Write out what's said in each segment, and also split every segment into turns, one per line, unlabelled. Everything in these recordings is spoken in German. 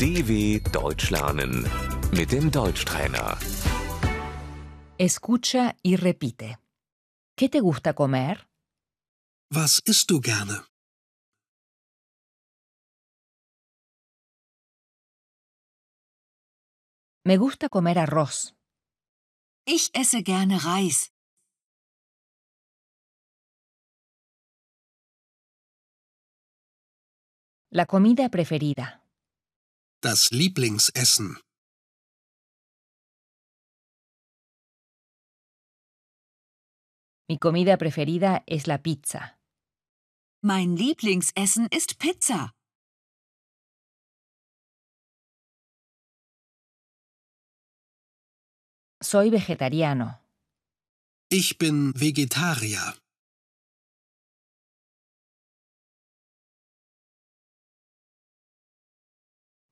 DW Deutsch lernen mit dem Deutschtrainer.
Escucha y repite. ¿Qué te gusta comer?
Was isst du gerne?
Me gusta comer arroz.
Ich esse gerne Reis.
La comida preferida.
Das Lieblingsessen.
Mi comida preferida es la pizza.
Mein Lieblingsessen ist Pizza.
Soy vegetariano.
Ich bin Vegetarier.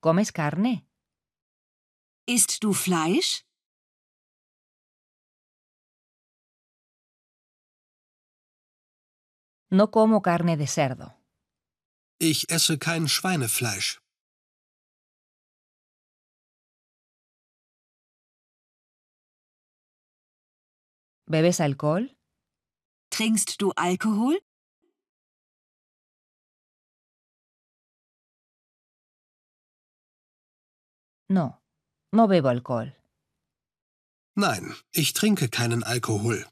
¿Comes carne?
Isst du Fleisch?
No como carne de cerdo.
Ich esse kein Schweinefleisch.
¿Bebes alcohol?
Trinkst du Alkohol?
No, no bebo alcohol.
Nein, ich trinke keinen Alkohol.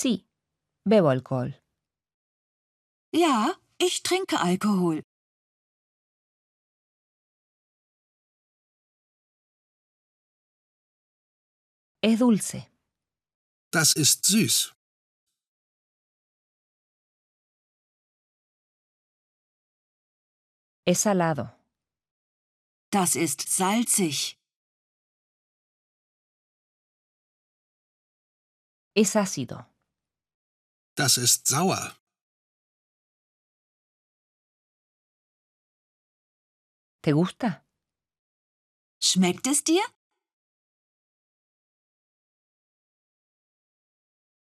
Sí, bebo alcohol.
Ja, ich trinke Alkohol.
Es dulce.
Das ist süß.
Es salado.
Das ist salzig.
Es ácido.
Das ist sauer.
¿Te gusta?
Schmeckt es dir?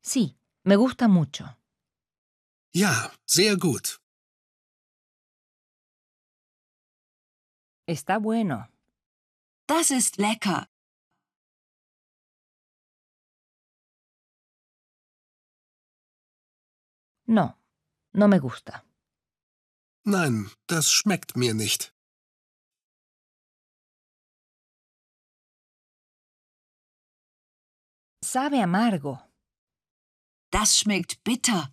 Sí, me gusta mucho.
Ja, sehr gut.
Está bueno.
Das ist lecker.
No, no me gusta.
Nein, das schmeckt mir nicht.
Sabe amargo.
Das schmeckt bitter.